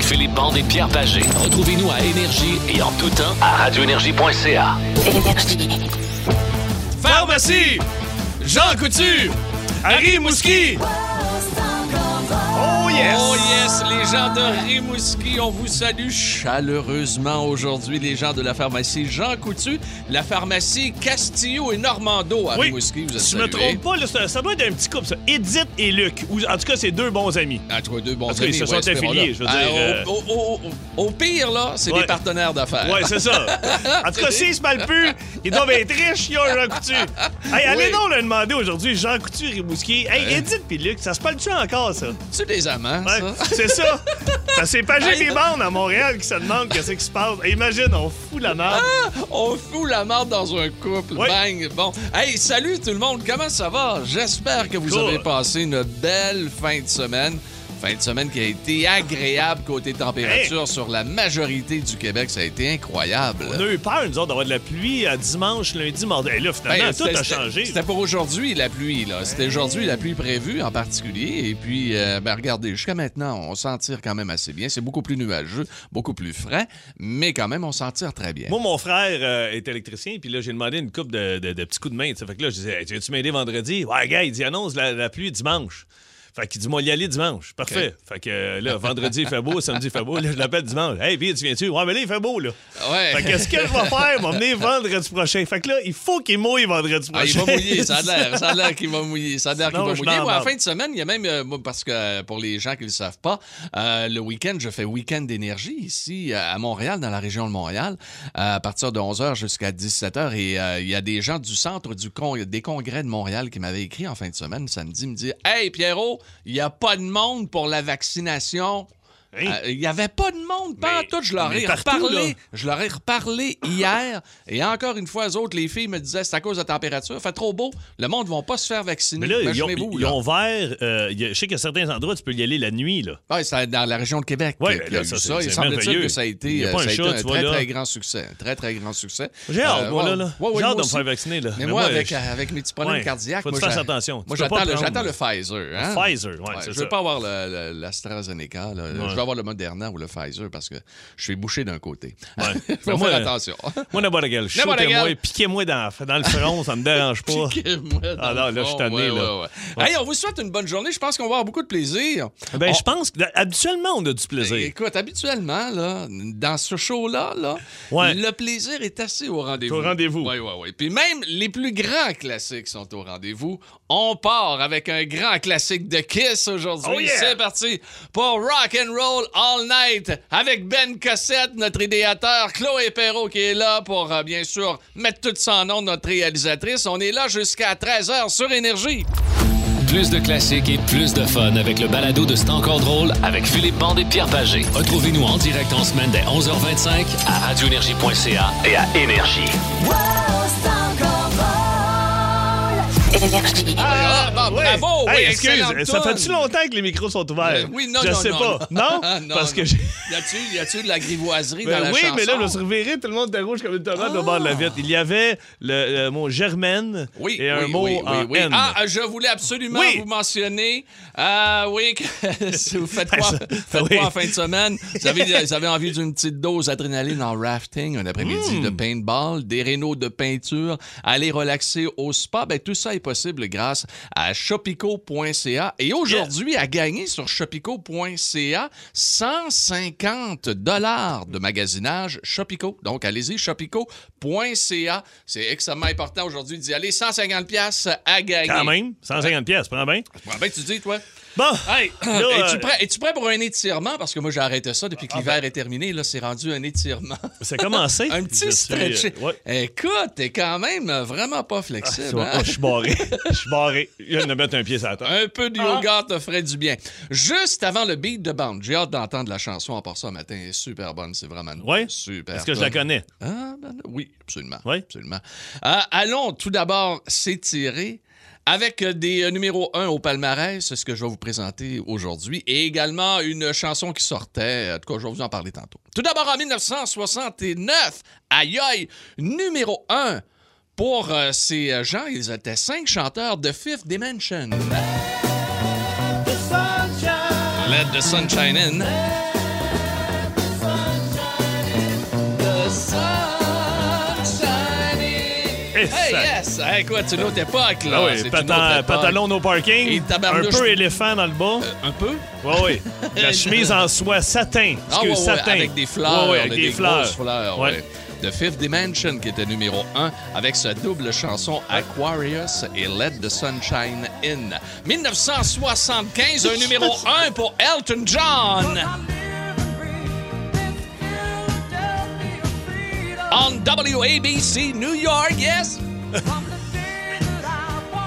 Philippe Bande et Pierre Pagé. Retrouvez-nous à Énergie et en tout temps à radioénergie.ca. Énergie. Pharmacie Jean Coutu à Rimouski. Oh yes! Oh yes, les gens de Rimouski, on vous salue chaleureusement aujourd'hui, les gens de la pharmacie Jean Coutu, la pharmacie Castillo et Normando à Oui. Rimouski, vous êtes Si je me salués. trompe pas, là, ça, ça doit être un petit couple, ça. Edith et Luc. Ou, en tout cas, c'est deux bons amis. Ah, toi, deux bons Parce qu'ils amis, se ouais, sont espérons-le. affiliés, je veux Ah, dire, au- euh, au, au- au- au pire, là, c'est Ouais. des partenaires d'affaires. Ouais, c'est ça. Ah, En tout cas, s'ils se parlent plus, ils doivent être riches, ils ont Jean Coutu. Hey, allez Oui. donc leur demander aujourd'hui, Jean Coutu, Rimouski. Hey, Edith puis Luc, ça se parle-tu encore, ça? C'est des amants, Ouais, ça? c'est ça. Ben, c'est Pagé Hey. des bandes à Montréal qui se demande qu'est-ce qui se passe. Hey, Imagine, on fout la merde. Ah. On fout la marde dans un couple. Oui. Bang! Bon. Hey, salut tout le monde. Comment ça va? J'espère que vous Cool. avez passé une belle fin de semaine. Fin de semaine qui a été agréable côté température sur la majorité du Québec. Ça a été incroyable. On a eu peur, nous autres, d'avoir de la pluie à dimanche, lundi, mardi. Et là, Ben, finalement, c'était- tout a changé. C'était pour aujourd'hui la pluie, là. C'était aujourd'hui la pluie prévue en particulier. Et puis, euh, ben, regardez, jusqu'à maintenant, on s'en tire quand même assez bien. C'est beaucoup plus nuageux, beaucoup plus frais, mais quand même, on s'en tire très bien. Moi, mon frère euh, est électricien, puis là, j'ai demandé une coupe de, de- de petits coups de main. tu sais. Fait que là, je disais, Hey, tu veux-tu m'aider vendredi? Ouais, gars, il dit, annonce la, la pluie dimanche. Fait qu'il dit, moi, y aller dimanche. Parfait. Fait que euh, là, vendredi, il fait beau, samedi, il fait beau. Là, je l'appelle dimanche. Hey, puis tu viens-tu? Ouais, mais là, il fait beau, là. Ouais. Fait qu'est-ce que je vais faire? Il va venir vendredi prochain. Fait que là, il faut qu'il mouille vendredi Ah, prochain. il va mouiller, ça a l'air, ça a l'air qu'il va mouiller, ça a l'air qu'il Sinon, va je mouiller. m'en Ou à la marre. fin de semaine, il y a même, euh, moi, parce que euh, pour les gens qui ne le savent pas, euh, le week-end, je fais week-end d'énergie ici euh, à Montréal, dans la région de Montréal, euh, à partir de 11h jusqu'à 17h. Et euh, il y a des gens du centre du con- des congrès de Montréal qui m'avaient écrit en fin de semaine, samedi, me dire Hey Pierrot, il n'y a pas de monde pour la vaccination. Hey. Euh, Il n'y avait pas de monde, pas Hein? Mais- tout. Je leur mais ai partout, reparlé. là. Je leur ai reparlé hier. Et encore une fois, eux autres, les filles me disaient c'est à cause de la température. Fait trop beau. Le monde ne va pas se faire vacciner. Mais là, ils ont, Imaginez-vous. ils là. ont ouvert, euh, il y a- je sais qu'il y a certains endroits, tu peux y aller la nuit, là. Ouais, c'est dans la région de Québec Ouais, qu'il y là, a eu ça, ça. c'est- Il c'est semble-t-il merveilleux. que ça a été, Il y a euh, pas ça un a été chat, un tu vois, très, là. très grand succès. Un très, très grand succès. J'ai hâte, Euh, moi, ouais. là. là. Ouais, ouais, J'ai moi hâte de me faire aussi. vacciner, là. Mais, moi, avec, je- avec mes petits problèmes Ouais. cardiaques, Faut que moi, tu fasses j'a- attention. Tu Moi, peux pas j'attends le, prendre- j'attends le Pfizer. hein. Pfizer, ouais, c'est Je ça. veux pas avoir le- le- l'AstraZeneca. là. Je Ouais. veux avoir le Moderna ou le Pfizer parce que je suis bouché d'un côté. Ouais. Faut Moi, faire euh, attention. Moi, n'importe quel. N'importe quel. Shootez-moi, piquez-moi dans, dans le front, ça me dérange pas. Piquez-moi dans Ah non, le là, je suis fond. tanné, Ouais, là. ouais, ouais. Hey, on vous souhaite une bonne journée. Je pense qu'on va avoir beaucoup de plaisir. Ben, On- je pense que habituellement, on a du plaisir. Écoute, habituellement, là, dans ce show-là, là, Ouais. le plaisir est assez au rendez-vous. Au rendez-vous. Oui, oui, oui. Puis même les plus grands classiques sont au rendez-vous. On part avec un grand classique de Kiss aujourd'hui. Oh yeah! C'est parti pour Rock and Roll All Night avec Ben Cossette, notre idéateur, Chloé Perrault qui est là pour, euh, bien sûr, mettre tout son nom, notre réalisatrice. On est là jusqu'à 13h sur Énergie. Plus de classiques et plus de fun avec le balado de C'est encore drôle avec Philippe Bande et Pierre Pagé. Retrouvez-nous en direct en semaine dès 11h25 à radioénergie.ca et à Énergie. Énergie. Ah, bon, Ouais. bravo! oui, Hey, excuse, excellente ça toune. fait-tu longtemps que les micros sont ouverts? Euh, oui, non, Je non, sais non, pas. non. Non? Ah, non, Parce que non. j'ai. Y a-tu, y a-tu de la grivoiserie Ben dans la oui, chanson? Ah! mais là, je me suis reviré, tout le monde était rouge comme une tomate au bord de la vitre. Il y avait le, le mot germaine Oui, et un oui, mot oui, oui, en oui. N. Ah, euh, je voulais absolument Oui. vous mentionner. Ah oui, que- si vous faites quoi, Ça- faites oui. quoi en fin de semaine? Vous avez, euh, vous avez envie d'une petite dose d'adrénaline en rafting, un après-midi Mm. de paintball, des rénaux de peinture, aller relaxer au spa. Ben, tout ça est possible grâce à shopico.ca. Et aujourd'hui, à gagner sur shopico.ca 150 dollars de magasinage Shopico. Donc, allez-y, shopico.ca. C'est extrêmement important aujourd'hui d'y aller. 150 pièces à gagner. Quand même, 150 pièces, prends bien. Ouais, ben, tu dis, toi. Bon, Hey, es-tu là, euh, Ah, ben, prêt, es-tu prêt pour un étirement? Parce que moi, j'ai arrêté ça depuis que l'hiver est terminé. Là, c'est rendu un étirement. c'est commencé. un petit Je suis, euh, stretch. ouais. Écoute, t'es quand même vraiment pas Ah, flexible. hein? Je suis barré. Je suis barré. Je viens de mettre un pied sur la table. Un peu de yoga te ferait du bien. Juste avant le beat de bande, j'ai hâte d'entendre la chanson en part ça matin. Elle est super bonne, c'est vraiment une Ouais? super. Est-ce que je la tonne. connais? Ah, ben, oui, absolument. Oui. absolument. Euh, allons tout d'abord s'étirer avec des euh, numéros 1 au palmarès, c'est ce que je vais vous présenter aujourd'hui, et également une chanson qui sortait, en tout cas, je vais vous en parler tantôt. Tout d'abord, en 1969, aïe aïe, numéro 1 pour euh, ces euh, gens, ils étaient cinq chanteurs de Fifth Dimension. Let the sunshine in. Hey, yes! Hey, quoi, c'est une autre époque, là. Ah C'est oui, une patan- autre époque. pantalon no Et parking, un tabarnouche- peu éléphant dans le bas. Un peu? Oui, oui. La chemise en soie satin. Ah, ouais, Excuse, ouais, satin. avec des fleurs, Ouais, ouais, avec des, grosses fleurs. Ouais. ouais. The Fifth Dimension, qui était numéro 1, avec sa double chanson Aquarius et Let the Sunshine In. 1975, un numéro 1 pour Elton John. On WABC New York, yes?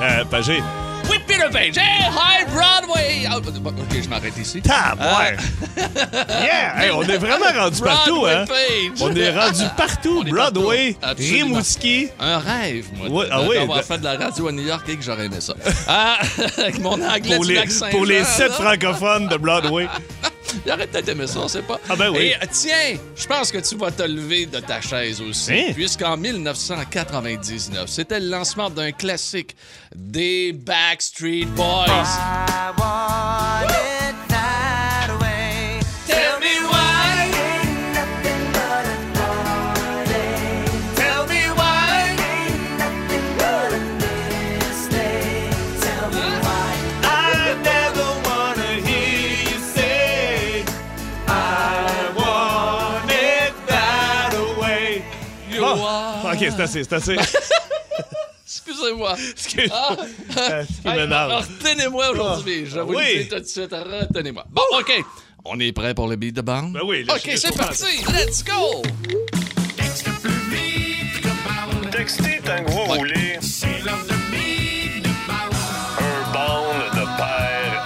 Euh, Pagé. With Peter Page, hey, High Broadway! Ah, ok, je m'arrête ici. Tab, ouais. yeah! Hey, on est vraiment rendu partout, hein? Ah. Broadway Page. On est rendu partout. On est partout. Broadway, Absolument. Rimouski. Un rêve, moi, Ouais, de- ah oui, d'avoir de- fait de la radio à New York et que j'aurais aimé ça. Ah, avec mon anglais Pour du les, lac Saint-Jean. pour les sept là. francophones de Broadway. J'aurais peut-être aimé ça, on sait pas. Ah ben oui. Et euh, tiens, je pense que tu vas te lever de ta chaise aussi. Hein? Puisqu'en 1999, c'était le lancement d'un classique des Backstreet Boys. Ah. Tell me why. Tell me why. I never wanna hear you say I want it that way. You Ah. are- Ok, c'est assez, c'est assez. Excusez-moi. Excuse. Ah, Euh, tu Hey, m'énerves. retenez-moi aujourd'hui. Je vous Oui. le dis tout de suite. Retenez-moi. Bon, OK. On est prêt pour le beat de bande? Ben oui, là, OK, je suis c'est content. parti. Let's go. Texter est un gros Ouais. roulé. Un bande de père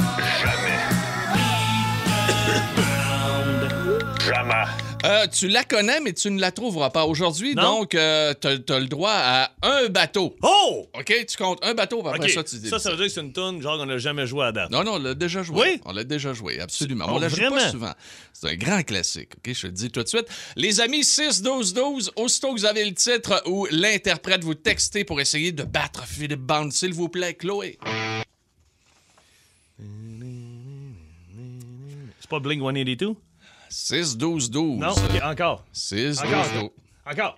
jamais. jamais. Euh, tu la connais, mais tu ne la trouveras pas aujourd'hui. Non. Donc, euh, t'as t'as le droit à un bateau. Oh! OK, tu comptes un bateau, puis après Ok, ça, tu dis. ça, ça veut dire que c'est une toune genre qu'on n'a jamais joué à date. Non, non, on l'a déjà joué. Oui? On l'a déjà joué, absolument. Oh, on l'a joue vraiment? pas souvent. C'est un grand classique, OK? Je te le dis tout de suite. Les amis, 6-12-12, aussitôt que vous avez le titre ou l'interprète, vous textez pour essayer de battre Philippe Bond, s'il vous plaît, Chloé. C'est pas Blink 182? 6-12-12. Non? Ok, encore. 6 Encore. 12 12. Encore.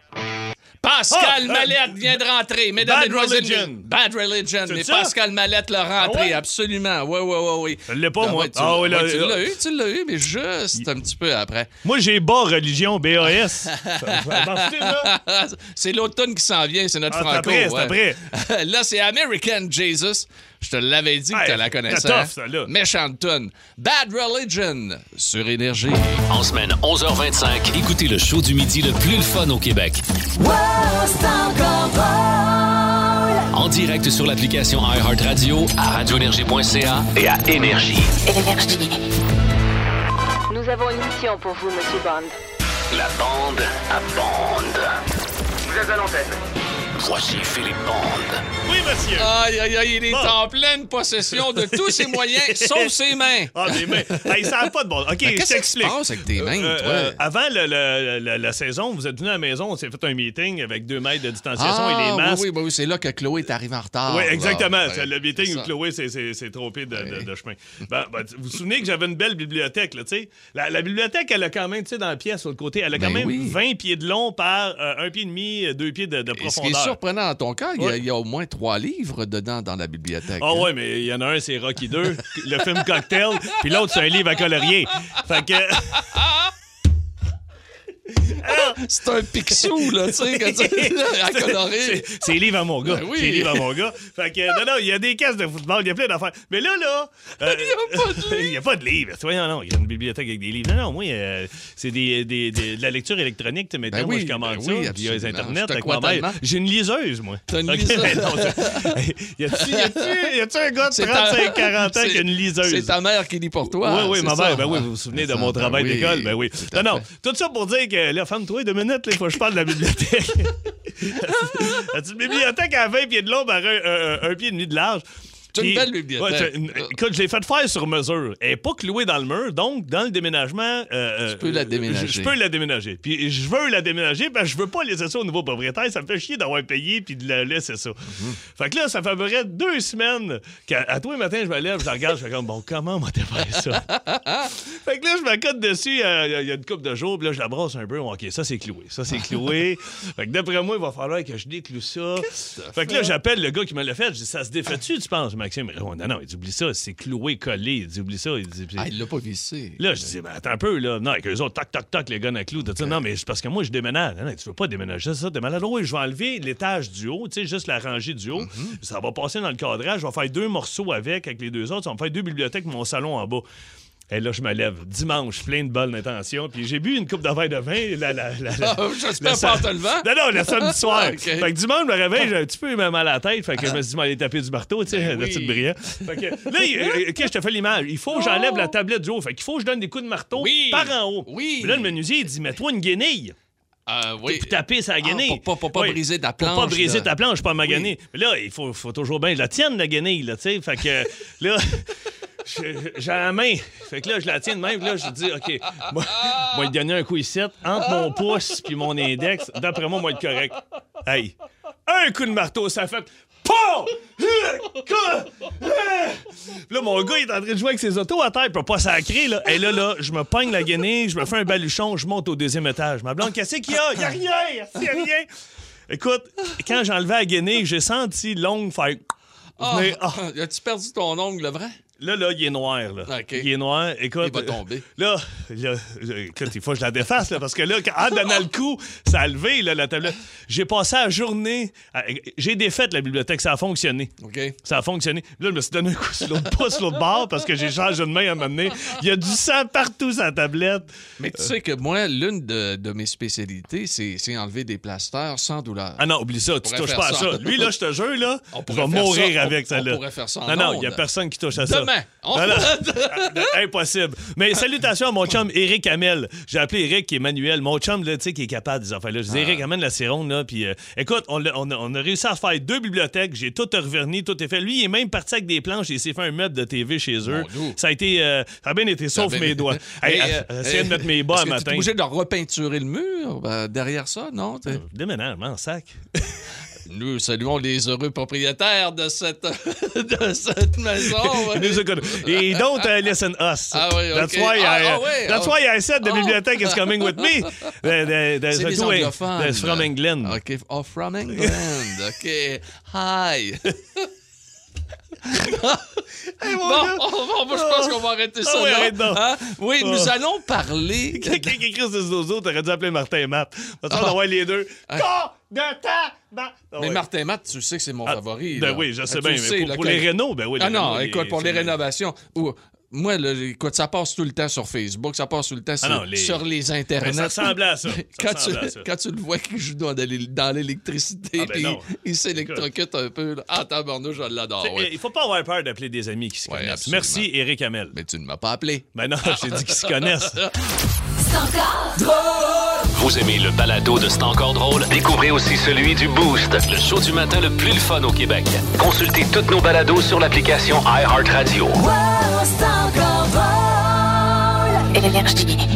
Pascal Ah, euh, Mallette vient de rentrer, mesdames Bad et messieurs. Religion. Bad Religion. C'est Mais ça? Pascal Mallette l'a rentré, Ah ouais? absolument. Oui, oui, oui, oui. Je l'ai pas, moi. tu Ah ouais, là, ouais, tu là. l'as eu, tu l'as eu, mais juste un petit peu après. Moi, j'ai bas religion BAS. Ça- ça- dans ce film-là, c'est l'automne qui s'en vient, c'est notre Ah, c'est franco. après, c'est ouais. là, c'est American Jesus. Je te l'avais dit que Hey, tu la connaissais. c'était hein? tough, ça, là. Méchante toune. Bad Religion sur Énergie. En semaine 11h25, écoutez le show du midi le plus le fun au Québec. En direct sur l'application iHeartRadio, à radioénergie.ca et à Énergie. Nous avons une mission pour vous, Monsieur Bond. La bande à bande. Voici Philippe Bande. Oui, monsieur. Aïe, aïe, aïe, il est Bon. en pleine possession de tous ses moyens, sauf ses mains. Ah, mais, mais hey, ça n'a pas de bon. OK, je Qu'est-ce qui se t'explique. passe avec tes mains, Euh, toi? euh, avant le- le- le- la saison, vous êtes venu à la maison, on s'est fait un meeting avec deux mètres de distanciation et les Ah, masques. Oui, oui, bah oui, c'est là que Chloé est arrivée en retard. Oui, là. exactement. Ouais, C'est le meeting Ah, ben, c'est où ça. Chloé s'est- s'est s'est trompée de, de- Ouais. de chemin. Ben, ben, tu- vous vous souvenez que j'avais une belle bibliothèque, là, tu sais. La, la bibliothèque, elle a quand même, tu sais, dans la pièce, sur le côté, elle a quand Ben même oui. 20 pieds de long par euh, un pied et demi, euh, deux pieds de, de Et ce qui est profondeur. surprenant dans ton cas, il y, a, Ouais. il y a au moins trois livres dedans dans la bibliothèque. hein. Ah ouais, mais il y en a un, c'est Rocky 2, le film Cocktail, puis l'autre, c'est un livre à colorier. Fait que... C'est un pixou, là, tu sais, que tu- à colorer. C'est- C'est livre à mon gars. Ben oui. C'est livre à mon gars. Fait que, non, non, il y a des cases de football, il y a plein d'affaires. Mais là, là. euh, Il y a pas de livre. Il n'y a pas de livre. Voyons, non, il y a une bibliothèque avec des livres. Non, non, moi, euh, c'est des, des- des- de la lecture électronique, tu m'étonnes. Ben moi, oui, je commande ben ça oui, via les absolument. Je Internet. te avec crois ma mère. tellement. J'ai une liseuse, moi. T'as une Ok, liseuse. ben non, t'as- Hey, y a-tu- y a-tu- y a-tu un gars de C'est ta- 35-40 ans qui a une c'est- liseuse? C'est ta mère qui lit pour toi. Oui, oui, c'est ma ça. mère. Ben oui, vous vous souvenez de C'est mon ça, ben travail oui, d'école. Ben oui. tout Non, à non. fait. Tout ça pour dire que, là, femme-toi deux minutes, il faut que je parle de la bibliothèque. As-tu une bibliothèque à 20 pieds de long par un, un- un- un pied et demi de large? C'est une Puis- belle bibliothèque. Ouais, c'est une- Euh, écoute, j'ai fait faire sur mesure. Elle n'est pas clouée dans le mur, donc dans le déménagement. euh, euh, peux la je- déménager. Je, peux la déménager. Puis je veux la déménager parce que je veux pas laisser ça au nouveau propriétaire. Ça me fait chier d'avoir payé puis de la laisser ça. Mhm. Fait que là, ça fait à peu près deux semaines qu'à à tous les matins, je me lève, je la regarde, je fais comme bon, comment on va faire ça? Fait que là, je m'accote dessus euh, il y a- il y, a une couple de jours, puis là, je la brosse un peu. OK, ça, c'est cloué. Ça, c'est cloué. fait que d'après moi, il va falloir que je décloue ça. Fait que là, j'appelle le gars qui me l'a fait. Je dis, ça se défait-tu, tu penses, Maxime? Il dit, Oh, non, non, il dit, oublie ça, c'est cloué, collé. Il dit, oublie ça. Il dit, Ah, il l'a pas vissé. Là, je dis, mais attends un peu, là. Non, avec eux autres, tac, tac, tac, les gars à clous. T'as dit, non, mais c'est parce que moi, je déménage. Non, non, tu veux pas déménager ça, t'es malade. Oui, je vais enlever l'étage du haut, tu sais, juste la rangée du haut. Ça va passer dans le cadrage. Je vais faire deux morceaux avec, avec les deux autres. Ça va me faire deux bibliothèques, mon salon en bas. Et là, je me lève dimanche, plein de bonnes intentions. Puis j'ai bu une coupe de verre de vin. La, la, la, la- Ah, J'espère le pas en sam- te levant. Non, non, le samedi soir. Ok. Fait que dimanche, je me réveille, j'ai un petit peu mal à la tête. Fait que je me suis dit, m'aller taper du marteau, tu sais, Ben la oui. petite brillante. Fait que là, il- euh, OK, je te fais l'image. Il faut que j'enlève la tablette du haut. Fait qu'il faut que je donne des coups de marteau Oui. par en haut. Oui. Puis là, le menuisier, il dit, mets-toi une guenille. Ah, oui. Puis taper sa guenille. pour pas- pour pas Oui. briser ta Pour pas planche, briser là. ta planche, pas ma guenille. Mais là, il faut, faut toujours bien que je la tienne, la guenille, là, tu sais. Fait que là. je- J'ai la main. Fait que là, je la tiens de même. puis Là, je dis, OK, moi, moi, lui donner un coup ici, entre mon pouce puis mon index. D'après moi, moi, être correct. Hey, un coup de marteau, ça fait. euh, POUM! euh, Puis Là, mon gars, il est en train de jouer avec ses autos à terre, il peut pas sacrer, là. Et là, là, je me pogne la guenille, je me fais un baluchon, je monte au deuxième étage. Ma blonde, qu'est-ce qu'il y a? Il y a rien! Il y a rien! Écoute, quand j'ai enlevé la guenille, j'ai senti l'ongle faire... Ah, venir- ah. As-tu perdu ton ongle, vrai? Là, là, il est noir, là. OK. Il est noir. Écoute. Il va euh, tomber. Là, là, là, écoute, il faut que je la défasse, là, parce que là, quand, en donnant le coup, ça a levé, là, la tablette. J'ai passé la journée. à- J'ai défait la bibliothèque, ça a fonctionné. OK. Ça a fonctionné. Là, je me suis donné un coup sur l'autre pas sur l'autre bord parce que j'ai changé de main à un moment donné. Il y a du sang partout sur la tablette. Mais Euh. tu sais que moi, l'une de, de mes spécialités, c'est c'est enlever des plasteurs sans douleur. Ah non, oublie ça, tu pourrait touches faire pas à ça. ça. Lui, là, je te jure, là, On je pourrait vais faire mourir ça. avec On- celle-là. on pourrait faire ça en Non, non, il n'y a ondes. personne qui touche à ça. Demain, on Non, non. pourrait- Ah, Impossible. Mais salutations à mon chum Eric Hamel. J'ai appelé Eric qui est manuel. Mon chum, là, tu sais, qui est capable des affaires-là. Je Ah. dis, Eric, amène la sironde, là. Puis, euh, écoute, on, l'a- on a, on a réussi à faire deux bibliothèques. J'ai tout reverni, tout est fait. Lui, il est même parti avec des planches. Il s'est fait un meuble de TV chez eux. Mon Dieu. Ça a été. euh, ça a bien été, sauf Ben, mes mais- doigts. mais, Hey, euh, essayez de euh, mettre mes bas est-ce un que tu matin. t'es obligé de repeinturer le mur ben, derrière ça, non? T'es- Déménagement, sac. Nous saluons les heureux propriétaires de cette, de cette maison. News economy. He don't uh, listen us. Ah oui, ok. That's why Ah, I, uh, ah oui, that's ah. why I said the Oh. bibliothèque is coming with me. The- the- the- C'est the des two- anglophones. that's hein. Ben, from England. OK. Oh, from England. OK. Hi. bon, gars. on va- je pense qu'on va arrêter ça oui, là. arrête donc. Hein? Oui, nous Oh. allons parler... Quelqu'un qui écrit ce zozo, t'aurais dû appeler Martin et Matt. Parce qu'on avoir les deux. Con de temps! bah- Ah Ah. Mais ouais. Martin Matt, tu sais que c'est mon favori. ben là. Ah, oui, je sais Tu bien, le mais sais, pour- là, pour que- les rénaux, ben oui, les Ah non, rénaux, il- écoute, pour c'est- les rénovations. ou- moi, là, écoute, ça passe tout le temps sur Facebook, ça passe tout le temps sur, Ah non, les- sur les internets. Ben, ça ressemblait à ça. Ça quand, tu, ressemblait à ça. quand tu le vois qui joue dans, l'é- dans l'électricité, Ah, ben puis non. il s'électrocute un peu. là. Ah, tabarnouche, je l'adore. C'est- ouais. Il faut pas avoir peur d'appeler des amis qui se Ouais, connaissent. absolument. Merci, Eric Hamel. Mais tu ne m'as pas appelé. Ben non, j'ai dit qu'ils se connaissent. Vous aimez le balado de C'est encore drôle? Découvrez aussi celui du Boost, le show du matin le plus le fun au Québec. Consultez toutes nos balados sur l'application iHeartRadio.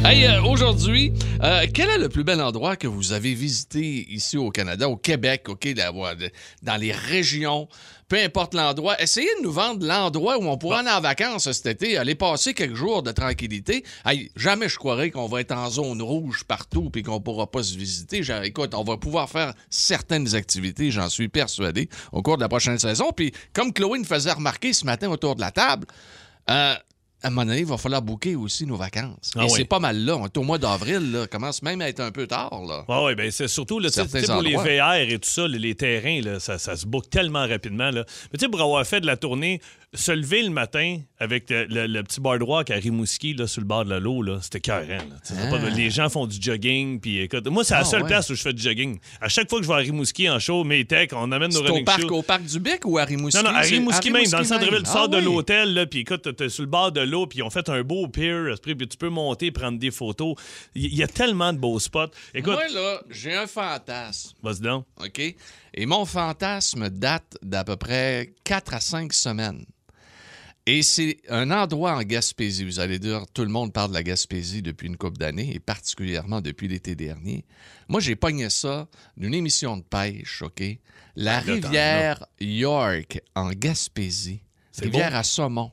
Hey, euh, aujourd'hui, euh, quel est le plus bel endroit que vous avez visité ici au Canada, au Québec, OK, d'avoir- de- dans les régions, peu importe l'endroit. Essayez de nous vendre l'endroit où on pourrait aller en vacances cet été, aller passer quelques jours de tranquillité. Hey, jamais je croirais qu'on va être en zone rouge partout puis qu'on pourra pas se visiter. J'ai- Écoute, on va pouvoir faire certaines activités, j'en suis persuadé, au cours de la prochaine saison. Puis comme Chloé nous faisait remarquer ce matin autour de la table, euh, à un moment donné, il va falloir booker aussi nos vacances. Ah Et oui. c'est pas mal là. On est au mois d'avril, là. Commence même à être un peu tard, là. Oui, ben c'est surtout là, tu sais, tu Certains sais, pour les endroits. VR et tout ça, les, les terrains, là, ça, ça se boucle tellement rapidement. Là. Mais tu sais, pour avoir fait de la tournée se lever le matin avec le, le- le petit bar droit qui à Rimouski, là, sur le bord de la l'eau, là, c'était carré. Les gens font du jogging. Puis, écoute, moi, c'est la Ah, seule ouais. place où je fais du jogging. À chaque fois que je vais à Rimouski en show, mes techs, on amène nos C'est au running parc, shoes. au parc du Bec ou à Rimouski? Non, non, à C'est- Rimouski même, dans le Rimouski centre-ville. même. Tu sors Ah de oui. l'hôtel, là, puis écoute, t'es- t'es sur le bord de l'eau, puis ils ont fait un beau pier, esprit, puis tu peux monter, prendre des photos. Il y- il y a tellement de beaux spots. Écoute, Moi, là, j'ai un fantasme. vas-y donc. OK? Et mon fantasme date d'à peu près 4 à 5 semaines. Et c'est un endroit en Gaspésie. Vous allez dire, tout le monde parle de la Gaspésie depuis une couple d'années, et particulièrement depuis l'été dernier. Moi, j'ai pogné ça d'une émission de pêche, OK? La Ah, t'en as. rivière York en Gaspésie. C'est Rivière à saumon.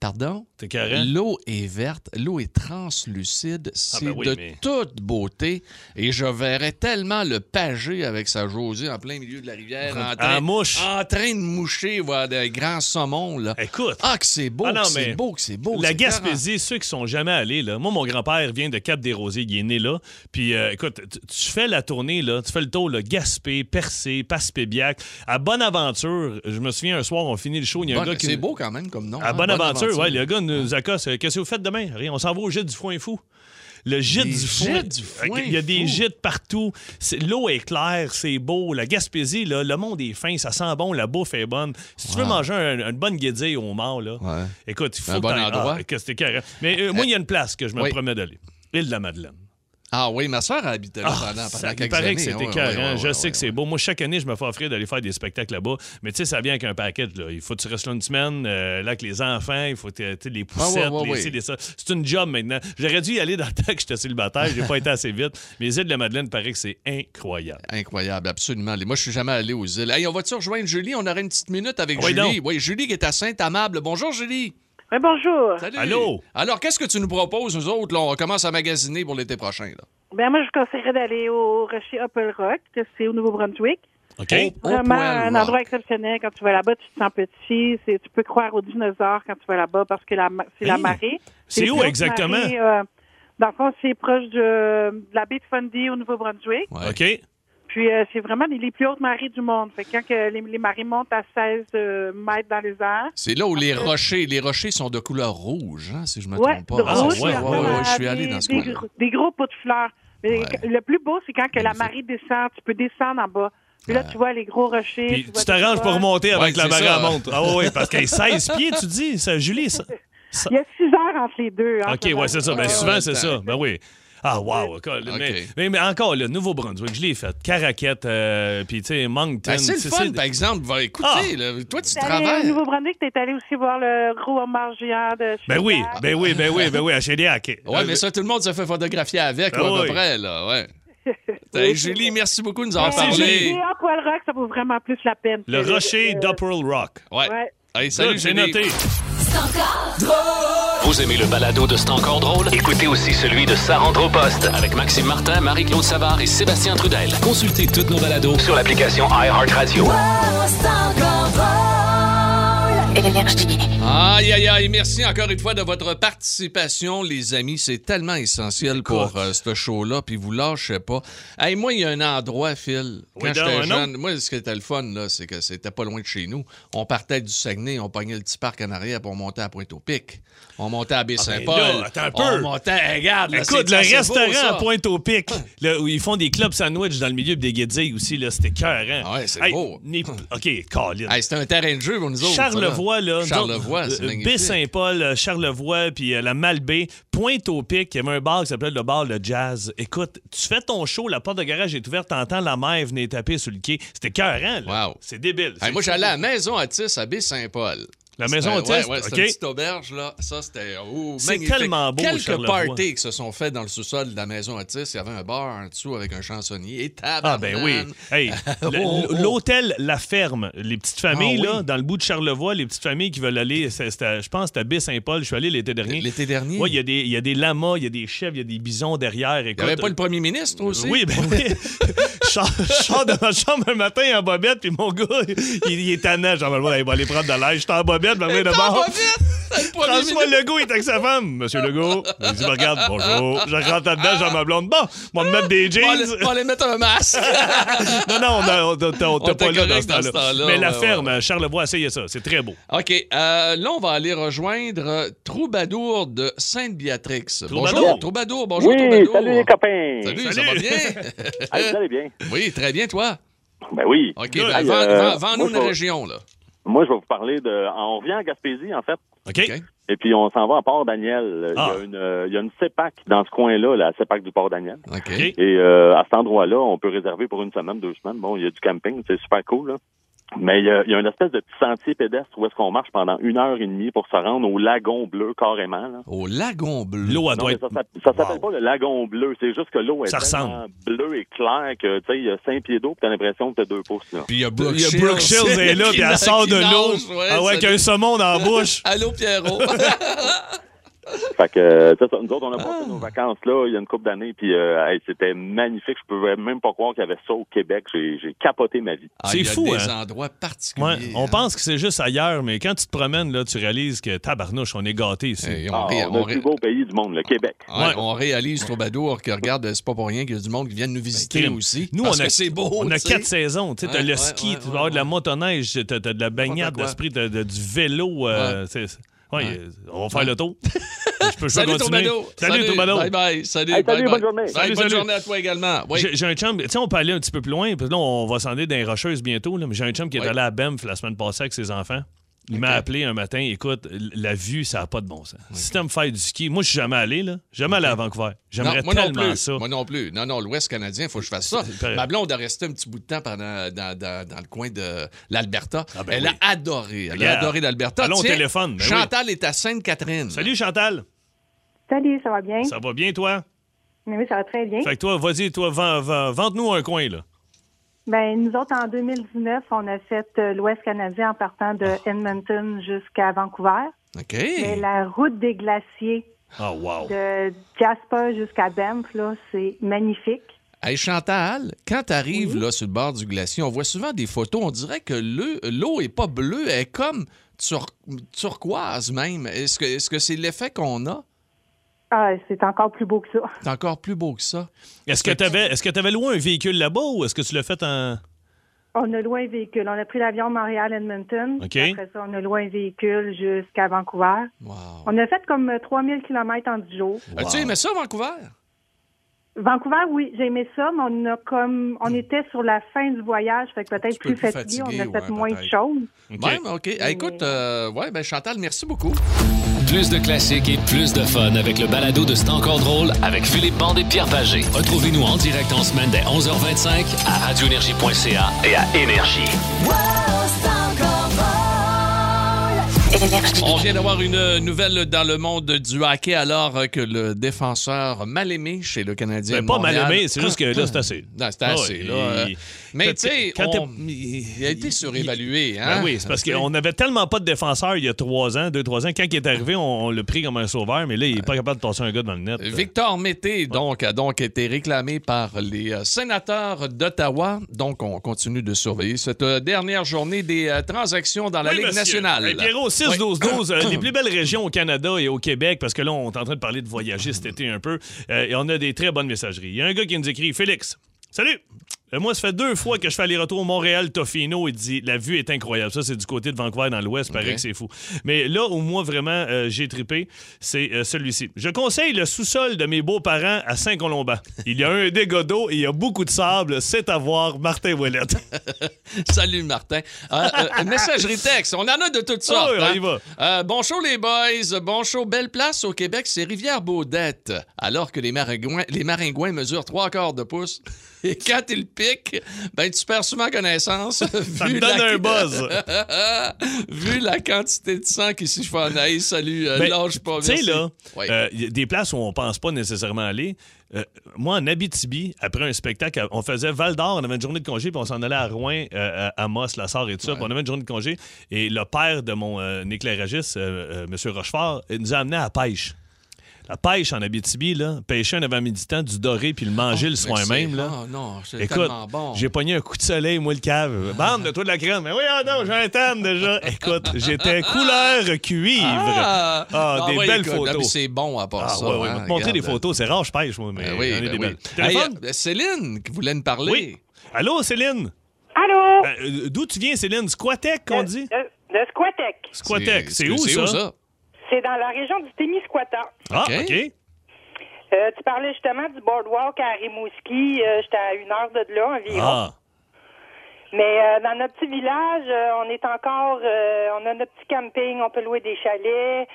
Pardon? T'es carré? L'eau est verte, l'eau est translucide, c'est ben oui, de mais- toute beauté. Et je verrais tellement le pagé avec sa Josée en plein milieu de la rivière en train, En Ah, mouche. en train de moucher, voir des grands saumons. Là. Écoute. Ah, que c'est beau, Ah non, que c'est mais beau, que c'est beau. que La c'est Gaspésie, ceux qui sont jamais allés, là. Moi, mon grand-père vient de Cap-des-Rosiers, il est né là. Puis, euh, écoute, tu- tu fais la tournée, là, tu fais le tour, là, Gaspé, Percé, Passepébiac. À Bonaventure, je me souviens, un soir, on finit le show, il y a Bonne- un gars qui... C'est beau quand même comme nom. À hein, Bonaventure, Bonaventure. Ah, ouais, le gars nous accoste. euh, Qu'est-ce que vous faites demain? Rien, on s'en va au gîte du foin fou. Le gîte Les du foin. Euh, gîtes du Foin Il y a des Fou. gîtes partout. C'est- L'eau est claire, c'est beau. La Gaspésie, là, le monde est fin, ça sent bon, la bouffe est bonne. Si tu veux manger un- une bonne guédille au mort, là, Ouais. écoute, il faut Un bon que t'ailles- endroit. Ah, que c'était carré. Mais euh, moi, il y a une place que je me oui. promets d'aller. Île de la Madeleine. Ah oui, ma soeur a habité là Ah, pendant, pendant ça, il quelques paraît années. que c'est ouais, ouais, écœurant. ouais, je ouais, sais que c'est beau. Moi, chaque année, je me fais offrir d'aller faire des spectacles là-bas. Mais tu sais, ça vient avec un package. Là. Il faut que tu restes là une semaine, euh, là, avec les enfants, il faut euh, tu sais, les poussettes, ouais, les ouais. ci, les ça. C'est une job maintenant. J'aurais dû y aller dans le temps que j'étais célibataire. J'ai pas été assez vite. Mais les îles de la Madeleine, paraît que c'est incroyable. Incroyable, absolument. Moi, je suis jamais allé aux îles. Hey, on va-tu rejoindre Julie? On aurait une petite minute avec Oui, Julie. donc. Oui, Julie qui est à Sainte-Amable. Bonjour, Julie. Oui, bonjour. Salut. Allô? Alors, qu'est-ce que tu nous proposes, nous autres? Là, on commence à magasiner pour l'été prochain. Là. Ben moi, je vous conseillerais d'aller au rocher Apple Rock, que c'est au Nouveau-Brunswick. OK? Oh, oh, Vraiment poil, un rock. endroit exceptionnel. Quand tu vas là-bas, tu te sens petit. C'est- Tu peux croire aux dinosaures quand tu vas là-bas parce que la ma- c'est la Hey. marée. C'est une où grosse exactement? marée, euh, dans le fond, c'est proche de, de la baie de Fundy au Nouveau-Brunswick. Ouais. OK? Puis euh, c'est vraiment les, les plus hautes marées du monde. Fait que quand que les, les marées montent à 16 euh, mètres dans les airs, C'est là où les rochers, les rochers sont de couleur rouge, hein, si je me ouais, trompe pas. de Ah, rouge, ouais, il y a ouais, ouais, vraiment ouais, je suis des- allé dans ce des, coin-là. gros- des gros pots de fleurs. Mais Ouais. le plus beau, c'est quand que la Magnifique. marée descend, tu peux descendre en bas. Puis là, tu vois les gros rochers. Puis vois tu des t'arranges étoiles. pour remonter avant Ouais, que la c'est marée ça. elle monte. Ah oui, parce qu'elle est 16 pieds, tu dis. Ça, Julie, ça. Il y a six heures entre les deux. hein, entre OK, la- ouais, c'est ça. Ben, Ah, Ouais, souvent, ouais, c'est attends. ça. Ben oui. Ah, wow. ok, Mais, mais, mais encore, le Nouveau-Brunswick, je l'ai fait. Caraquette, euh, puis tu sais, Moncton. Ben, c'est le tu sais, fun, par exemple. Va écouter, Ah! là, toi, tu T'es allé au travailles. Nouveau-Brunswick, t'es allé aussi voir le gros homard géant de Ah, Ben oui, Chaudière. ben oui, ben oui, ben oui, à Chéliac. Oui, mais Ben ça, tout le monde se fait photographier avec, Ah ouais, à oui. peu près. Là, ouais. Hey, Julie, merci beaucoup de nous avoir Ben, parlé. j'ai dit, ah, Poil Rock, ça vaut vraiment plus la peine. Le que- rocher euh, d'Upper Rock. Ouais. Ouais. Hey, Ça, salut, Ah, j'ai Julie. noté. Vous aimez le balado de C'est encore drôle? Écoutez aussi celui de Sa rentre au poste avec Maxime Martin, Marie-Claude Savard et Sébastien Trudel. Consultez tous nos balados sur l'application iHeartRadio. Aïe, aïe, aïe. Merci encore une fois de votre participation, les amis. C'est tellement essentiel pour euh, ce show-là, puis vous lâchez pas. Hey, moi, il y a un endroit, Phil. Quand Oui, donc, j'étais un autre? jeune, moi, ce qui était le fun, là, c'est que c'était pas loin de chez nous. On partait du Saguenay, on pognait le petit parc en arrière, puis on montait à Pointe-au-Pic. On montait à Baie-Saint-Paul. Ah, ben là, attends un peu. On montait, hey, regarde, là, Écoute, c'est- le c'est beau, restaurant ça. à Pointe-au-Pic, là, où ils font des clubs sandwich dans le milieu pis des guédilles aussi, là, c'était cœur, hein. Ah ouais, c'est beau. OK, Colin. Hey, c'était un terrain de jeu pour nous autres. Oh, ça, Charlevoix, là. nous Charlevoix, autres, c'est euh, magnifique. Baie-Saint-Paul, euh, Charlevoix, puis euh, la Malbaie, Pointe-au-Pic, il y avait un bar qui s'appelait le bar Le Jazz. Écoute, tu fais ton show, la porte de garage est ouverte, t'entends la mer venir taper sur le quai. C'était cœurant, là. Wow. C'est débile. Hey, C'est- moi, j'allais à la maison Atis à Baie-Saint-Paul. La maison C'était- autiste, ouais, ouais, c'était OK. une petite auberge, là. Ça, c'était oh, C'est magnifique. tellement beau, Quelques Charlevoix. parties qui se sont faites dans le sous-sol de la maison autiste. Il y avait un bar en dessous avec un chansonnier. Et Ah ben oui. tabarnane. Hey, Oh, oh, le- oh. l'hôtel La Ferme, les petites familles Ah oui. là, dans le bout de Charlevoix, les petites familles qui veulent aller, c'est- c'est à- je pense c'était à Baie-Saint-Paul, je suis allé l'été dernier. L'été dernier? Oui, il y a des il y a des lamas, il y a des chèvres, il y a des bisons derrière Il écoute. n'y avait pas le premier ministre aussi? Oui, ben oui. Je sors- je sors de ma chambre un matin en bobette, puis mon gars, il, il est tannant. Jean-Benoît, il va aller prendre de l'air. J'étais en bobette, ma main de bord. François le... Legault est avec sa femme. Monsieur Legault, il dit, regarde, bonjour. Je rentre là-dedans, j'ai ma blonde. Bon, moi, me mettre des On va jeans. aller- on va aller mettre un masque. Non, non, on a- on t'a- on On t'a pas était là dans correct ce dans ce temps-là. temps-là, Mais la ouais, ferme, Charlevoix, essayez ça. C'est très beau. OK. euh, là, on va aller rejoindre euh, Troubadour de Sainte-Béatrix. Troubadour. Bonjour, Troubadour. Bonjour, oui, Troubadour. salut les copains. Salut, ça Salut. va bien? Ah, vous allez bien? oui, très bien, toi. Ben oui. OK, Good. ben, Hey, vends- euh, vends- moi, vends-nous une je vais- région, là. Moi, je vais vous parler de. ah, On revient à Gaspésie, en fait. OK? OK. Et puis, on s'en va à Port-Daniel. Ah. Il, y a une, euh, il y a une CEPAC dans ce coin-là, la CEPAC du Port-Daniel. OK. OK. Et euh, à cet endroit-là, on peut réserver pour une semaine, deux semaines. Bon, il y a du camping, c'est super cool. Là. Mais il y, a, il y a une espèce de petit sentier pédestre où est-ce qu'on marche pendant une heure et demie pour se rendre au lagon bleu, carrément. Là. Au Lagon Bleu. L'eau, Non, elle doit mais être. ça s'app- ça s'appelle Wow. pas le lagon bleu, c'est juste que l'eau est Ça tellement bleue et claire que tu sais, il y a cinq pieds d'eau, puis t'as l'impression que t'as deux pouces là. Puis il y a Brooke Il y a Brooke Shields elle est là, puis elle sort de l'eau. Ah ouais, qu'un saumon dans la bouche. Allô, Pierrot. Fait que euh, c'est ça, nous autres, on a passé nos vacances là il y a une couple d'années, puis euh, hey, c'était magnifique. Je pouvais même pas croire qu'il y avait ça au Québec. J'ai j'ai capoté ma vie. Ah, C'est il y a fou, des hein? endroits particuliers. Ouais, on hein. pense que c'est juste ailleurs, mais quand tu te promènes, là, tu réalises que tabarnouche, on est gâtés ici. Hey, on, Ah, ré- on on a le ré- plus beau pays du monde, le Québec. Ouais, Ouais. on réalise, Troubadour, que regarde, c'est pas pour rien qu'il y a du monde qui vient nous visiter Ben, Crime. aussi. Nous, parce on a, que c'est beau. on a tu sais. quatre saisons. Tu sais, t'as Ouais, le ouais, ski, ouais, tu ouais, vas avoir de la ouais. motoneige, t'as t'as de la baignade quoi. d'esprit, t'as t'as du vélo. euh, c'est- c'est- ouais, Ouais. euh, On va faire le tour. Je peux, je peux Salut, continuer. Troubadour. Salut, Tomado. Bye bye. Salut, Hey, salut, bye, bye. bonne journée. Bye, Salut, bonne salut. journée à toi également. Oui. J'ai j'ai un chum, tu sais, on peut aller un petit peu plus loin, puis là, on va s'en aller dans les Rocheuses bientôt, là, mais j'ai un chum qui est Ouais. allé à Banff la semaine passée avec ses enfants. Il m'a appelé un matin, écoute, l- la vue, ça n'a pas de bon sens. Si t'aimes faire du ski, moi, je suis jamais allé, là. Jamais allé à Vancouver. J'aimerais Non, moi non tellement plus. ça. Moi non plus. Non, non, l'Ouest canadien, faut que je fasse ça. C'est- c'est- Ma blonde a resté un petit bout de temps pendant, dans, dans- dans le coin de l'Alberta. Ah, ben Elle oui. a adoré. Elle Regarde. a adoré l'Alberta. Allons au Tiens, téléphone, ben oui. Chantal est à Sainte-Catherine. Salut, Chantal. Salut, ça va bien? Ça va bien, toi? Mais oui, ça va très bien. Fait que toi, vas-y, toi, vend- vend- vente-nous un coin, là. Ben, nous autres, en 2019, on a fait euh, l'Ouest canadien en partant de Ah. Edmonton jusqu'à Vancouver. OK. Mais la route des glaciers Ah, wow. de Jasper jusqu'à Banff, là, c'est magnifique. Hey Chantal, quand tu arrives là sur le bord du glacier, on voit souvent des photos, on dirait que le- l'eau est pas bleue, elle est comme tur- turquoise même. Est-ce que est-ce que c'est l'effet qu'on a? Ah, c'est encore plus beau que ça. C'est encore plus beau que ça. Est-ce que t'avais, est-ce que t'avais loué un véhicule là-bas ou est-ce que tu l'as fait en. On a loué un véhicule. On a pris l'avion Montréal-Edmonton. OK. Après ça, on a loué un véhicule jusqu'à Vancouver. Wow. On a fait comme euh, 3000 km en 10 jours. As-tu aimé ça, Vancouver? Vancouver, oui, j'ai aimé ça, mais on a comme on était sur la fin du voyage, fait que peut-être Hmm. petit peu plus, plus fatigué, fatigué, on a fait ouais, moins de peut-être. choses. OK. Même, OK. Hey, écoute, euh, ouais, ben Chantal, merci beaucoup. Plus de classiques et plus de fun avec le balado de C'est encore drôle avec Philippe Bande et Pierre Pagé. Retrouvez-nous en direct en semaine dès 11h25 à radioénergie.ca et à Énergie. On vient d'avoir une nouvelle dans le monde du hockey alors euh, que le défenseur mal aimé chez le Canadien. Ben, de pas mal Montréal- aimé, c'est juste que là, c'est assez. Non, c'était Ah assez, ouais, là. euh, il- Mais quand tu sais, t'es- quand t'es- on- il a été surévalué. Hein? Ben oui, c'est parce qu'on n'avait tellement pas de défenseur il y a trois ans, deux, trois ans. Quand il est arrivé, on, on l'a pris comme un sauveur, mais là, il n'est pas capable de passer un gars devant le net. euh. Victor Mété, donc, a donc été réclamé par les euh, sénateurs d'Ottawa. Donc, on continue de surveiller cette euh, dernière journée des euh, transactions dans la Oui, Ligue monsieur. nationale. Hey, Pierrot, 6-12-12, euh, les plus belles régions au Canada et au Québec, parce que là, on est en train de parler de voyager cet été un peu, euh, et on a des très bonnes messageries. Il y a un gars qui nous écrit Félix, salut! Euh, Moi, ça fait deux fois que je fais aller-retour Montréal-Tofino et dit la vue est incroyable. Ça, c'est du côté de Vancouver dans l'ouest. Pareil Ok. que c'est fou. Mais là où moi, vraiment, euh, j'ai trippé, c'est euh, celui-ci. Je conseille le sous-sol de mes beaux-parents à Saint-Colomban. Il y a un dégât d'eau et il y a beaucoup de sable. C'est à voir, Martin Ouellette. Salut, Martin. Euh, euh, messagerie texte, on en a de toutes sortes. Ah oui, on y hein. Euh, bon show, les boys. Bon show. Belle place au Québec, c'est Rivière-Baudette. Alors que les maringouins, les maringouins mesurent trois quarts de pouce. Et quand ils piquent, ben, tu perds souvent connaissance. Ça me donne un buzz. Vu la quantité de sang qui siphonne. Hey, salut, euh, Ben, lâche pas. Tu sais, merci. là, Ouais. euh, y a des places où on pense pas nécessairement aller. Euh, moi, en Abitibi, après un spectacle, on faisait Val d'Or, on avait une journée de congé, puis on s'en allait à Rouen, euh, à Amos, la Sarre et tout ça. puis on avait une journée de congé. Et le père de mon euh, éclairagiste, euh, euh, M. Rochefort, il nous a amenés à la pêche. La pêche en Abitibi, là, pêcher un avant-midi-temps, du doré puis le manger le soir même. Là. Oh, Ah, non, c'est Écoute, tellement bon. j'ai pogné un coup de soleil, moi, le cave. Bande de toi de la crème. Mais oui, ah non, j'ai un tam déjà. Écoute, j'étais couleur cuivre. Ah, Ah, des ouais, belles écoute, photos. ah, puis c'est bon à part Ah, ça. ouais, ouais. hein, Te montrer des regarde. photos, c'est rare, je pêche, moi, mais Ben il oui, y en a ben des oui. belles. Hey, Téléphone? euh, Céline qui voulait nous parler. Oui. Allô, Céline? Allô? Euh, D'où tu viens, Céline? Squatec, Euh, qu'on dit? Le, le Squatec. Squatec, c'est où, ça? C'est dans la région du Témiscouata. Ah, OK. OK. Euh, tu parlais justement du boardwalk à Rimouski. euh, J'étais à une heure de là environ. Ah, Mais euh, dans notre petit village, euh, on est encore, euh, on a notre petit camping, on peut louer des chalets.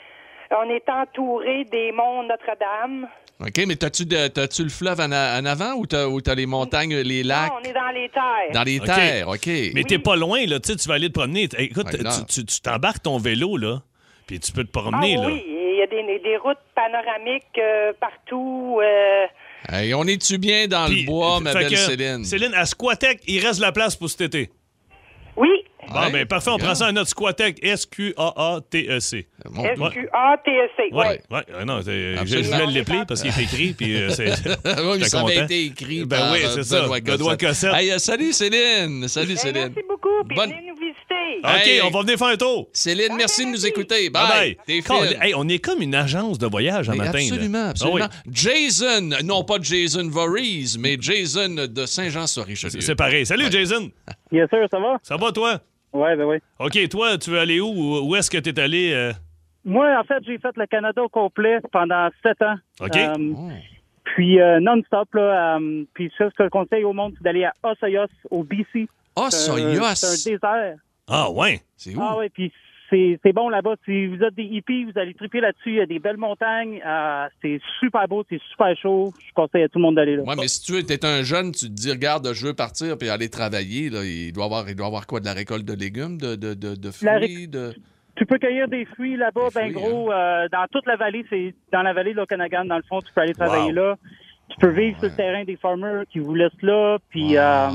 On est entouré des monts Notre-Dame. OK, mais t'as-tu, de- t'as-tu le fleuve en, a- en avant ou t'as, ou t'as les montagnes, les lacs? Non, on est dans les terres. Dans les OK. terres, OK. mais t'es pas loin, là. Tu sais, tu vas aller te promener. T- Écoute, Ouais, là. tu- tu tu t'embarques ton vélo, là, puis tu peux te ah, promener, là. oui, et il y a des, des routes panoramiques euh, partout. euh, Hey, on est-tu bien dans Puis, le bois, ma fait belle que, Céline? Céline, à Squatec, il reste la place pour cet été. oui, Bon, Ouais, ben parfait, on prend regarde. ça à notre Squatec, S-Q-A-A-T-E-C. Mon Dieu. S-Q-A-T-E-C. E Ouais, Ouais. ouais, euh, non, c'est- je- je Absolument. voulais l'épeler parce qu'il est écrit, puis euh, c'est. oui, mais J'étais ça avait content. été écrit Ben par oui, euh, c'est ça, Benoît Cossette. Hey, euh, salut Céline. Salut Ben, Céline. merci beaucoup, puis Bonne- venez nous visiter. OK, Hey. on va venir faire un tour. Céline, merci de nous écouter. Bye. Bye T'es Colin, fine. hey, on est comme une agence de voyage un Mais matin. là. absolument, Ah absolument. oui, Jason, non pas Jason Voorhees, mais Jason de Saint-Jean-sur-Richelieu. C'est pareil. Salut, Jason. Yes, sir, ça va? Ça va, toi? Oui, ben oui. OK, toi, tu veux aller où? Où où est-ce que t'es allé? euh? Moi, en fait, j'ai fait le Canada au complet pendant sept ans. OK. Euh, puis euh, non-stop, là. euh, puis ça, ce que je conseille au monde, c'est d'aller à Osayos, au BC. Ah, C'est ça un- y est. Euh, C'est un désert. Ah, ouais. C'est où? Ah oui, puis c'est c'est bon là-bas. Si vous êtes des hippies, vous allez triper là-dessus. Il y a des belles montagnes. euh, c'est super beau, c'est super chaud. Je conseille à tout le monde d'aller là. Ouais, mais si tu étais un jeune, tu te dis, regarde, je veux partir puis aller travailler. Là, il, doit avoir, il doit avoir quoi? De la récolte de légumes, de, de, de, de La ré- fruits? De... Tu peux cueillir des fruits là-bas, Des ben fruits, hein. gros, euh, dans toute la vallée. C'est dans la vallée de l'Okanagan, dans le fond. Tu peux aller travailler Wow. là. Tu peux vivre sur Ouais. le terrain des farmers qui vous laissent là. Puis Wow. euh,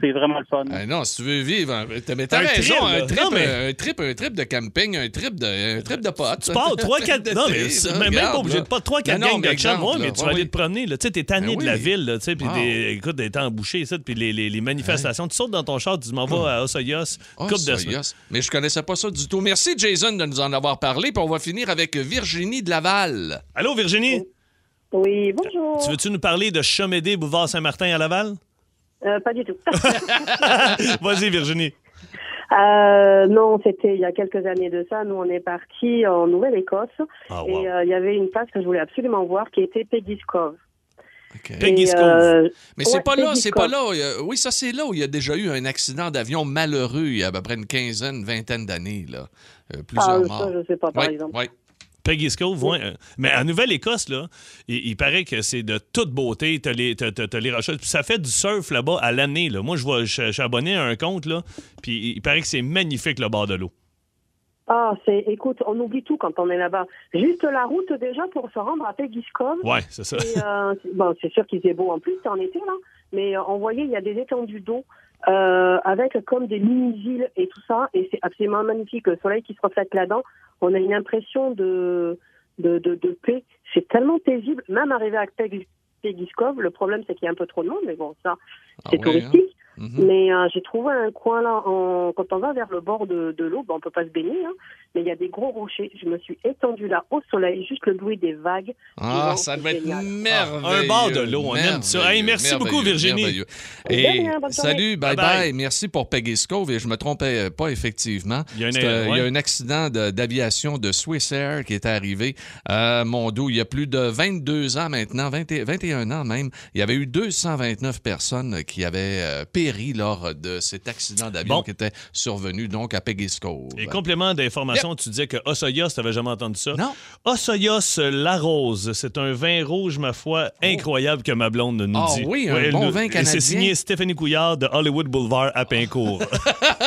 c'est vraiment le fun. Eh non, si tu veux vivre, hein, t'as mais t'as Un raison, trip, un, là. trip, Non, mais- un, trip, un trip de camping, un trip de, un trip de potes. Tu pars 3 4 Non mais c'est même pas obligé de pas 3 4 Non, non, gangs de mais chums, exemple, ouais, mais là, tu vas ouais, aller oui. te promener là, tu sais t'es tanné Ben de la oui. ville là, tu sais puis Wow. des écoute des temps embouchés ça puis les, les, les manifestations, tu sautes dans ton char, tu dis m'en vas à Osoyos, Oh, coupe de ça, semaine. yes. Mais je connaissais pas ça du tout. Merci, Jason, de nous en avoir parlé. Puis on va finir avec euh, Virginie de Laval. Allô Virginie, Oui, Oh. bonjour. tu veux-tu nous parler de Chomédé boulevard Saint-Martin à Laval Euh, pas du tout. Vas-y Virginie. Euh, non, c'était il y a quelques années de ça. Nous, on est partis en Nouvelle-Écosse Ah Oh, et wow. euh, il y avait une place que je voulais absolument voir qui était Peggy's Cove. OK. Peggy- Peggy's Et, Cove. euh, Mais c'est ouais, pas là, Peggy c'est pas Scott. là. Il y a- Oui, ça, c'est là où il y a déjà eu un accident d'avion malheureux il y a à peu près une quinzaine, vingtaine d'années. là. Euh, ah, plusieurs morts. ça, je sais pas, par exemple. ouais. Peggy's Cove, ouais, euh, Mais en Nouvelle-Écosse, là, il, il paraît que c'est de toute beauté. T'as les, t'as- t'as- t'as les rocheuses. Puis ça fait du surf là-bas à l'année. là. Moi, je vois, je je suis abonné à un compte, là. Puis il paraît que c'est magnifique le bord de l'eau. Ah, c'est, écoute, on oublie tout quand on est là-bas. Juste la route déjà pour se rendre à Peggy's Cove. Ouais, c'est ça. Et, euh, c'est- bon, c'est sûr qu'il faisait beau en plus, c'était en été là, mais euh, on voyait il y a des étendues d'eau euh, avec comme des mini-îles et tout ça, et c'est absolument magnifique. Le soleil qui se reflète là-dedans, on a une impression de de, de, de paix. C'est tellement paisible, même arrivé à Peg- Peggy's Cove, le problème c'est qu'il y a un peu trop de monde, mais bon, ça, Ah c'est ouais, hein? touristique. Mhm. Mais euh, j'ai trouvé un coin là, en- quand on va vers le bord de, de l'eau, ben, on peut pas se baigner, hein, mais il y a des gros rochers. Je me suis étendue là au soleil, juste le bruit des vagues. Ah, Non, ça c'est devait être génial. merveilleux. Ah, un bord de l'eau, on aime ça. merveilleux, Hey, merci merveilleux, beaucoup, Virginie. merveilleux. De Et rien, bonne journée. salut, bye bye, Bye-bye. Merci pour Peggy Scove. Et je me trompais euh, pas, effectivement. Il y a un- C'est, euh, ouais. il y a un accident de- d'aviation de Swiss Air qui est arrivé. Euh, mon doux, il y a plus de 22 ans maintenant, 20 et- 21 ans même. Il y avait eu 229 personnes qui avaient euh, péri lors de cet accident d'avion Bon. qui était survenu donc à Peggy Scove. Et complément d'information, tu disais que Osoyos, tu jamais entendu ça. Non. Osoyos euh, la Rose, c'est un vin rouge, ma foi, incroyable que ma blonde nous Oh. Ah dit. oui, un elle bon nous- vin et canadien. C'est signé Stéphanie Couillard de Hollywood Boulevard à Pincourt.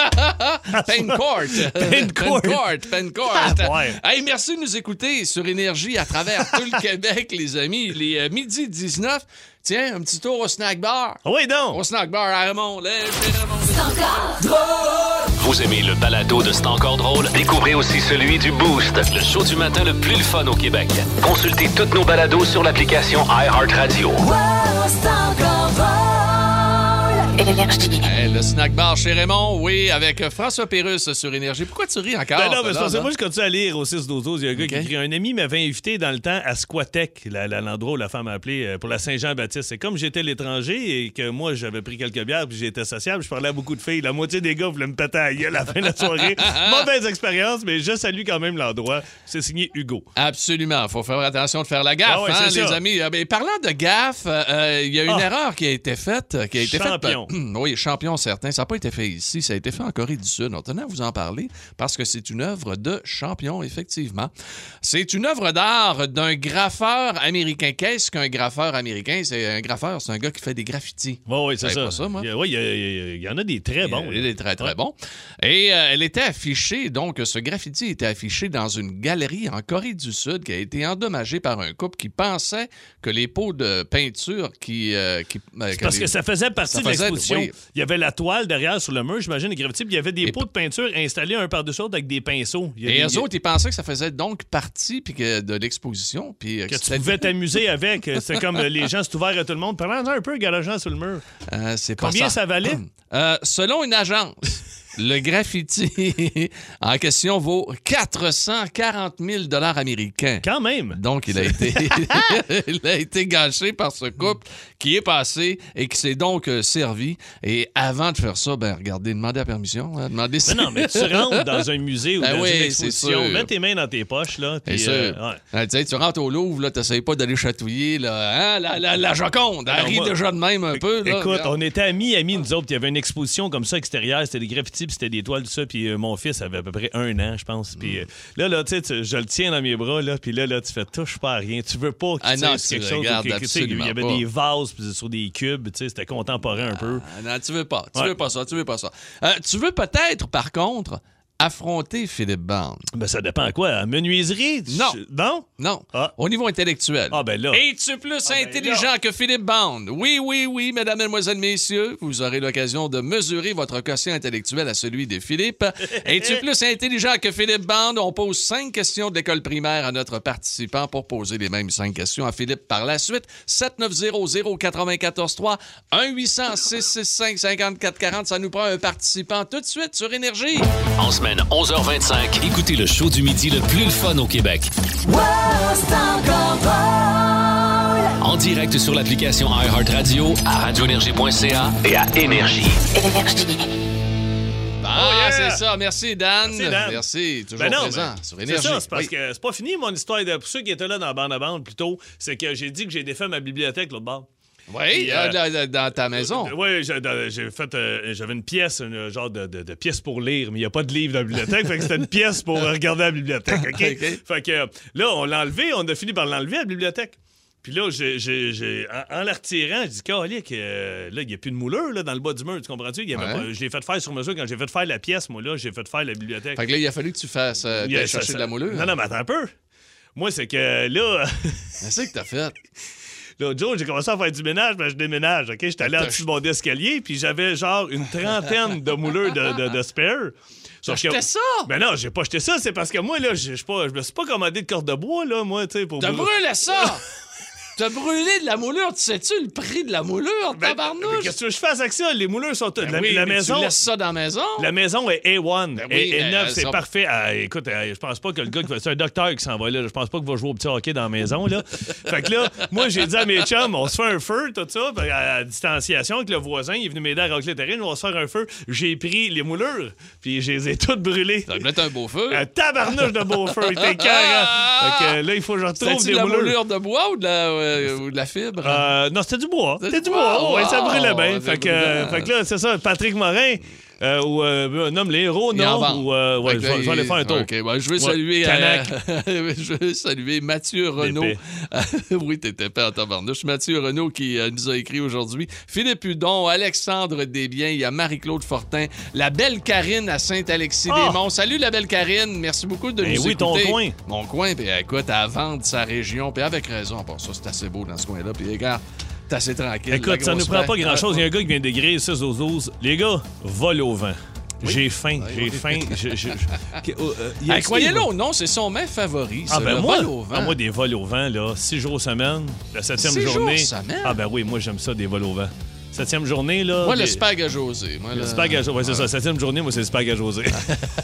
Pencourt. Pencourt. Pencourt. Pencourt. Ah, ouais. Hey, merci de nous écouter sur Énergie à travers tout le Québec, les amis. Il est euh, midi 19. Tiens, un petit tour au snack bar. Ah oui, donc! Au snack bar à Raymond Raymond, les chez Raymond. les- Vous aimez le balado de C'est encore drôle? Découvrez aussi celui du Boost, le show du matin le plus le fun au Québec. Consultez toutes nos balados sur l'application iHeartRadio. Énergie. Hey, le snack bar chez Raymond, oui, avec François Pérus sur Énergie. Pourquoi tu ris encore? Ben non, mais Fernand, c'est parce que là? moi, je continue à lire au 6 12 Il y a un gars Ok. qui écrit Un ami m'avait invité dans le temps à Squatec, la- la- l'endroit où la femme a appelé euh, pour la Saint-Jean-Baptiste. Et comme j'étais l'étranger et que moi, j'avais pris quelques bières puis j'étais sociable, je parlais à beaucoup de filles. La moitié des gars voulaient me péter à la gueule à la fin de la soirée. Mauvaise expérience, mais je salue quand même l'endroit. C'est signé Hugo. Absolument. faut faire attention de faire la gaffe, Ah ouais, hein, c'est les ça. amis. Euh, ben, parlant de gaffe, euh, euh, il y a une Ah. erreur qui a été faite. euh, Qui a été Champion. Faite, euh, oui, champion, certain. Ça n'a pas été fait ici. Ça a été fait en Corée du Sud. On tenait à vous en parler parce que c'est une œuvre de champion, effectivement. C'est une œuvre d'art d'un graffeur américain. Qu'est-ce qu'un graffeur américain? C'est un graffeur, c'est un gars qui fait des graffitis. Bon, oui, c'est J'avais ça. pas ça, moi. Il y a- ouais, il y, a- il y a- il y en a des très bons. Il là. est très, très Ouais. bon. Et euh, elle était affichée, donc ce graffiti était affiché dans une galerie en Corée du Sud qui a été endommagée par un couple qui pensait que les pots de peinture qui. euh, qui euh, C'est Parce les- que ça faisait partie Ça de faisait- l'exposition. oui. Il y avait la toile derrière sur le mur, j'imagine, les graffitis, puis il y avait des Et pots de peinture installés un par-dessus l'autre avec des pinceaux. Il y a Et des- eux autres, ils pensaient que ça faisait donc partie puis que de l'exposition. Puis, euh, que tu c'était- pouvais t'amuser avec. C'est comme euh, les gens, c'est ouvert à tout le monde. Parlons un peu, galogeant sur le mur. Euh, c'est pas Combien ça valait? Euh, selon une agence, le graffiti en question vaut 440 000 américains. Quand même. Donc, il a, été, il a été gâché par ce couple qui est passé et qui s'est donc euh, servi. Et avant de faire ça, ben regardez, demandez la permission. hein, demandez si... Mais Ben non, mais tu rentres dans un musée ou Ben dans oui, une c'est exposition, sûr. mets tes mains dans tes poches, là. C'est puis, sûr. euh, ouais. Hein, tu sais, tu rentres au Louvre, tu n'essayes pas d'aller chatouiller là, hein, la, la- la Joconde. Elle Ben Non, rit moi- déjà de même un peu. là, Écoute, regarde. on était amis, amis, nous autres. puis Il y avait une exposition comme ça extérieure. C'était des graffitis, puis c'était des toiles, tout ça. Puis euh, mon fils avait à peu près un an, je pense. Hmm. Puis euh, là, là, tu sais, tu- je le tiens dans mes bras, là. Puis là, là, tu fais touche pas à rien. Tu veux pas qu'il Ah non, tire sur tu quelque chose. regardes ou que- que- tu sais, il y avait absolument pas. des vases puis sur des cubes, tu sais. C'était contemporain un peu. Ah, non, tu veux pas. Tu Ouais. veux pas ça. Tu veux pas ça. Euh, tu veux peut-être, par contre, affronter Philippe Barnes. Ben, ça dépend à quoi. À menuiserie? tu- Non. Non? Non. Ah. Au niveau intellectuel. Ah, ben là. Es-tu plus intelligent que Philippe Bond? Oui, oui, oui, mesdames, mesdemoiselles, messieurs. Vous aurez l'occasion de mesurer votre quotient intellectuel à celui de Philippe. Es-tu plus intelligent que Philippe Bond? On pose cinq questions de l'école primaire à notre participant pour poser les mêmes cinq questions à Philippe par la suite. 7900-943-1 800-665-5440. Ça nous prend un participant tout de suite sur Énergie. En semaine 11h25, écoutez le show du midi le plus le fun au Québec. En direct sur l'application iHeartRadio, à radioénergie.ca et à Énergie. Énergie. Ah, Oh, yeah! c'est ça. Merci, Dan. Merci, Dan. Toujours Ben non, présent mais sur c'est Énergie. ça, c'est parce Oui. que c'est pas fini mon histoire. De, pour ceux qui étaient là dans la bande à bande plus tôt, c'est que j'ai dit que j'ai défait ma bibliothèque l'autre bord. Euh, Oui, Puis, euh, euh, dans- dans- dans ta maison. Oui, j'ai dans- j'ai fait. euh, J'avais une pièce, un genre de, de- de pièce pour lire, mais il n'y a pas de livre dans la bibliothèque. fait que c'était une pièce pour regarder la bibliothèque. OK? Ah. OK. Fait que euh, là, on l'a enlevé, on a fini par l'enlever à la bibliothèque. Puis là, j'ai, j'ai- j'ai- en, en la retirant, j'ai dit, Calique, euh, là, il n'y a plus de moulure là, dans le bas du mur, tu comprends-tu? Il y avait Ouais. pas- je l'ai fait faire sur mesure. Quand j'ai fait faire la pièce, moi, là, j'ai fait faire la bibliothèque. Fait que là, il a fallu que tu fasses euh, Il y a- t'ailles ça- chercher ça- de la moulure. hein? Non, non, mais attends un peu. Moi, c'est que là, Qu'est-ce que t'as fait? L'autre jour, j'ai commencé à faire du ménage, mais je déménage, OK? J'étais allé en dessous de mon escalier, puis j'avais genre une trentaine de mouleurs de, de, de spare. Sauf que- Ben, acheté ça? Mais non, j'ai pas acheté ça, c'est parce que moi, là, je je suis pas- je me suis pas commandé de corde de bois, là, moi, tu sais, pour... T'as brûler. brûlé ça! T'as brûlé de la moulure. Tu sais-tu le prix de la moulure, Ben, mais tabarnouche? Qu'est-ce que tu veux que je fasse avec ça? Les mouleurs sont... Ben la, oui, la mais maison... Tu laisses ça dans la maison? La maison est A1. Ben oui, est, est mais neuve, elles c'est sont- parfait. Ah, écoute, ah, je pense pas que le gars qui va. C'est un docteur qui s'en va là. Je pense pas qu'il va jouer au petit hockey dans la maison. Là. fait que là, moi, j'ai dit à mes chums, on se fait un feu, tout ça, puis à, à distanciation avec le voisin. Il est venu m'aider à racler le terrain. On va se faire un feu. J'ai pris les moulures, puis je les ai toutes brûlées. Ça doit être un beau feu. Un tabarnouche de beau feu. Il était carré. Fait que euh, là, il faut que je retrouve C'était-tu des de la moulures. moulure de bois ou de la, euh, ou de la fibre? Euh, non, c'était du bois. C'était C'était du du bois. bois. ouais, ça Wow, brûlait bien. c'est Fait que, euh, brillant. fait que là, c'est ça, Patrick Morin, euh, ou euh, nomme les héros, Il en non? vend. Ou, euh, ouais, Fait je que vais je vais aller faire un tour. OK, ouais, je veux Ouais, saluer... euh, Canac. je veux saluer Mathieu Renaud. L'épée. oui, t'étais pas en tabarnouche. Mathieu Renaud qui euh, nous a écrit aujourd'hui. Philippe Hudon, Alexandre Desbiens, il y a Marie-Claude Fortin, la belle Karine à Saint-Alexis-des-Monts. Salut la belle Karine, merci beaucoup de Ah! Ben nous oui, ton écouter. ben, coin. Mon coin, puis écoute, à vendre sa région, puis avec raison. Bon, ça, c'est assez beau dans ce coin-là. Puis regarde, T'es assez tranquille. Écoute, la ça ne grosse Euh, prend pas fête. grand-chose. Il y a un gars qui vient de griller 6 aux 12. Les gars, vol au vent. J'ai faim, Ah, j'ai faim. je- je- je- Qu- oh, euh, y a- Hey, Croyez-le ou non, c'est son mets favori. Ah ça, ben le moi, vol au vent. ah, moi, des vols au vent, là, six jours semaine, la septième Six jours journée. semaine? Ah ben oui, moi j'aime ça, des vols au vent. Septième journée, là. Moi, le Ah. des- spag à José. Moi, Le spag à José. Ouais, c'est ça. Septième journée, moi, c'est le spag à José.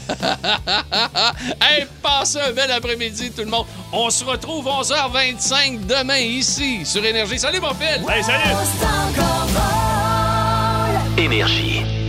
Ah, Hey, passez un bel après-midi, tout le monde. On se retrouve 11h25 demain ici sur Énergie. Salut, mon fils! hey, salut! Énergie.